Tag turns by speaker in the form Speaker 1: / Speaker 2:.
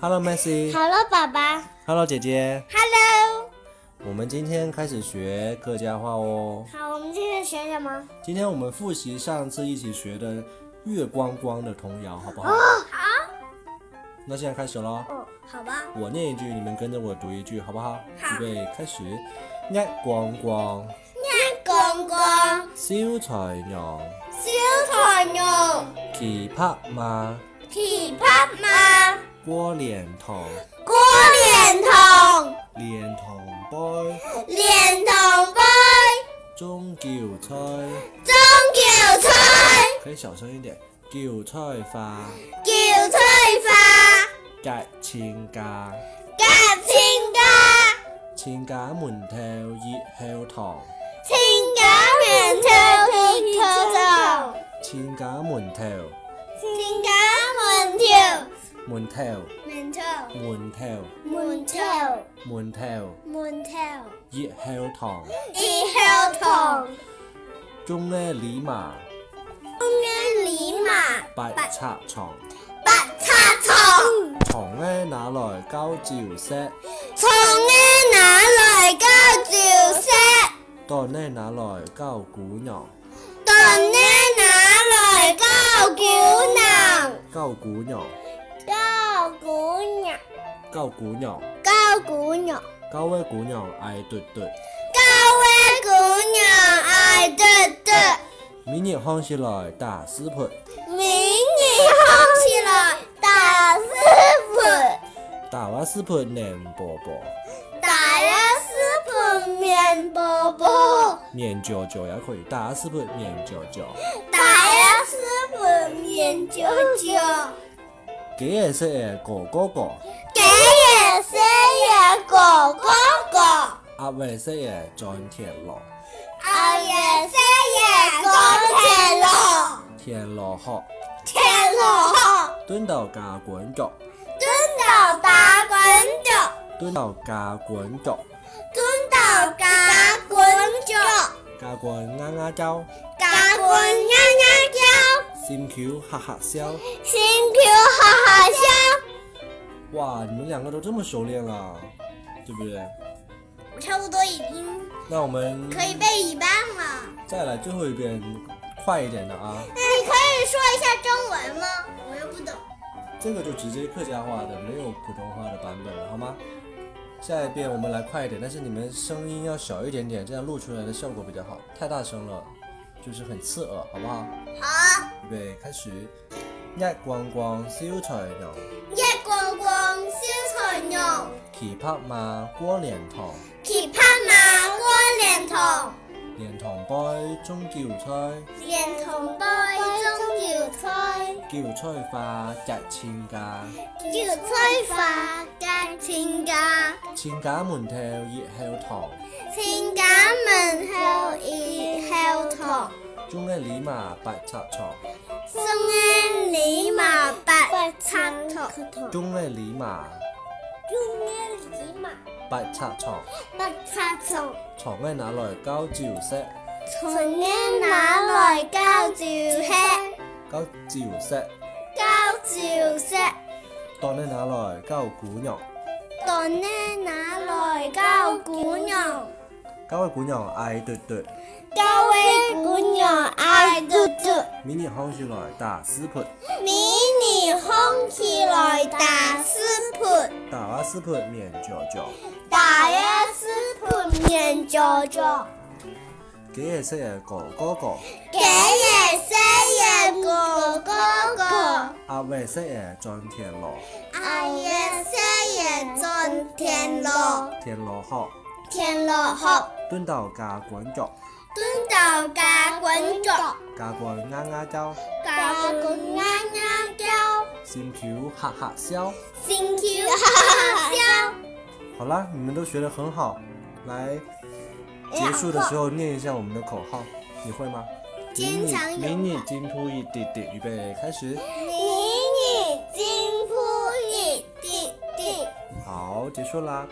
Speaker 1: Hello Messi。
Speaker 2: Hello，爸爸。
Speaker 1: Hello 姐姐。
Speaker 2: Hello。
Speaker 1: 我们今天开始学客家话哦。
Speaker 2: 好，我们今天学什么？
Speaker 1: 今天我们复习上次一起学的月光光的童谣，好不好？那现在开始喽。
Speaker 2: 哦，好吧。
Speaker 1: 我念一句，你们跟着我读一句，好不好？
Speaker 2: 好
Speaker 1: 预备，开始。月光光，
Speaker 2: 公公，
Speaker 1: 小才娘，
Speaker 2: 小菜肉，
Speaker 1: 琵琶马，
Speaker 2: 琵琶马，
Speaker 1: 过莲塘，
Speaker 2: 锅脸筒，
Speaker 1: 莲塘杯，
Speaker 2: 脸筒杯，
Speaker 1: 中叫菜，
Speaker 2: 中叫菜，
Speaker 1: 可以小声一点，叫菜花，
Speaker 2: 叫菜花，
Speaker 1: 隔千家。
Speaker 2: 夹千家，
Speaker 1: 千家門頭熱氣堂，
Speaker 2: 千家人跳跳跳跳，
Speaker 1: 千家門頭
Speaker 2: 千家门跳
Speaker 1: 門頭
Speaker 2: 门跳
Speaker 1: 門頭
Speaker 2: 门跳
Speaker 1: 門頭
Speaker 2: 门跳，
Speaker 1: 熱氣堂，
Speaker 2: 一跳筒。
Speaker 1: 中呢李麻
Speaker 2: 中央里马
Speaker 1: 白拆床，
Speaker 2: 白擦床，
Speaker 1: 床呢哪來交照石，
Speaker 2: 床呢哪來交照石？
Speaker 1: 凳呢哪來交鼓囊，
Speaker 2: 凳呢哪來交鼓囊？
Speaker 1: 交鼓囊
Speaker 2: 交鼓囊，
Speaker 1: 交鼓囊，
Speaker 2: 交鼓囊，
Speaker 1: 交呢鼓囊嗌嘟嘟，
Speaker 2: 交咩鼓囊？哎嘟嘟，
Speaker 1: 明日看起來大師傅，
Speaker 2: 明年康起來大師傅，
Speaker 1: 大話師傅靚婆婆，
Speaker 2: 大師傅面波波。
Speaker 1: 面嚼嚼也可以，大師傅面嚼嚼。
Speaker 2: 大家是本研究者，
Speaker 1: 幾日識嘅哥哥哥，
Speaker 2: 给爷生日哥哥哥，
Speaker 1: 阿偉識嘅張田螺，
Speaker 2: 阿爷生日哥田螺，
Speaker 1: 田螺殼
Speaker 2: 田螺
Speaker 1: 蹲到架滾腳，
Speaker 2: 蹲到打滚脚，
Speaker 1: 蹲到架滾腳，
Speaker 2: 蹲到打滚脚，
Speaker 1: 架滾啱啱走，
Speaker 2: 打滚呀呀叫，
Speaker 1: 閃橋哈哈笑。
Speaker 2: 心跳哈哈笑。
Speaker 1: 哇，你們兩個都這麼熟練了，對不對？
Speaker 2: 我差不多已经
Speaker 1: 那我們
Speaker 2: 背一半了。
Speaker 1: 再來最後一遍，快一點的啊！
Speaker 2: 那你可以说一下中文吗？我又不懂。
Speaker 1: 這個就直接客家話的，沒有普通話的版本了，好嗎？下一遍我們來快一點，但是你們聲音要小一點點，這樣錄出來的效果比較好。太大聲了，就是很刺耳，好不好？
Speaker 2: 好。
Speaker 1: 预备开始，一逛逛小菜牛，
Speaker 2: 一個個燒菜肉，
Speaker 1: 琵琶馬過蓮塘，
Speaker 2: 琵琶馬過蓮塘，
Speaker 1: 蓮塘杯中叫菜，
Speaker 2: 蓮塘杯中搖菜，
Speaker 1: 叫菜花隔千家，
Speaker 2: 搖菜花隔千家，
Speaker 1: 千家門頭熱氣堂，
Speaker 2: 千家門口二口堂，
Speaker 1: 中一里麻白拆床，
Speaker 2: 中央里馬八插堂，中
Speaker 1: 中一里麻
Speaker 2: 央里馬
Speaker 1: 白拆床，
Speaker 2: 八插堂，
Speaker 1: 床呢哪來交照石，
Speaker 2: 從呢哪來交照吃？
Speaker 1: 交照石，
Speaker 2: 交照食。
Speaker 1: 當呢哪來交鼓肉，
Speaker 2: 到呢哪來交管人？
Speaker 1: 交位鼓肉嗌嘟嘟，
Speaker 2: 交位管人嗌嘟嘟，
Speaker 1: 明日康樹來大師傅，
Speaker 2: 明年空起來大師盤，
Speaker 1: 大話師傅面嚼嚼。
Speaker 2: 大師盤面做做，
Speaker 1: 幾日識嘅哥哥哥，
Speaker 2: 幾日生日哥哥哥，
Speaker 1: 阿偉識嘅張田螺，
Speaker 2: 阿爺生日進田螺，
Speaker 1: 田螺殼
Speaker 2: 田螺殼
Speaker 1: 蹲到架滾腳，
Speaker 2: 蹲到架滾軸，
Speaker 1: 架滾啱啱走，
Speaker 2: 架滾啱啱交。
Speaker 1: 閃橋哈哈笑。
Speaker 2: Thank you，哈哈笑。
Speaker 1: 好啦，你們都學得很好，來結束的時候念一下我們的口號，你會嗎？
Speaker 2: 經常有
Speaker 1: 迷你金鋪一滴滴，預備開始。
Speaker 2: 迷你金铺一滴滴。
Speaker 1: 好，結束啦。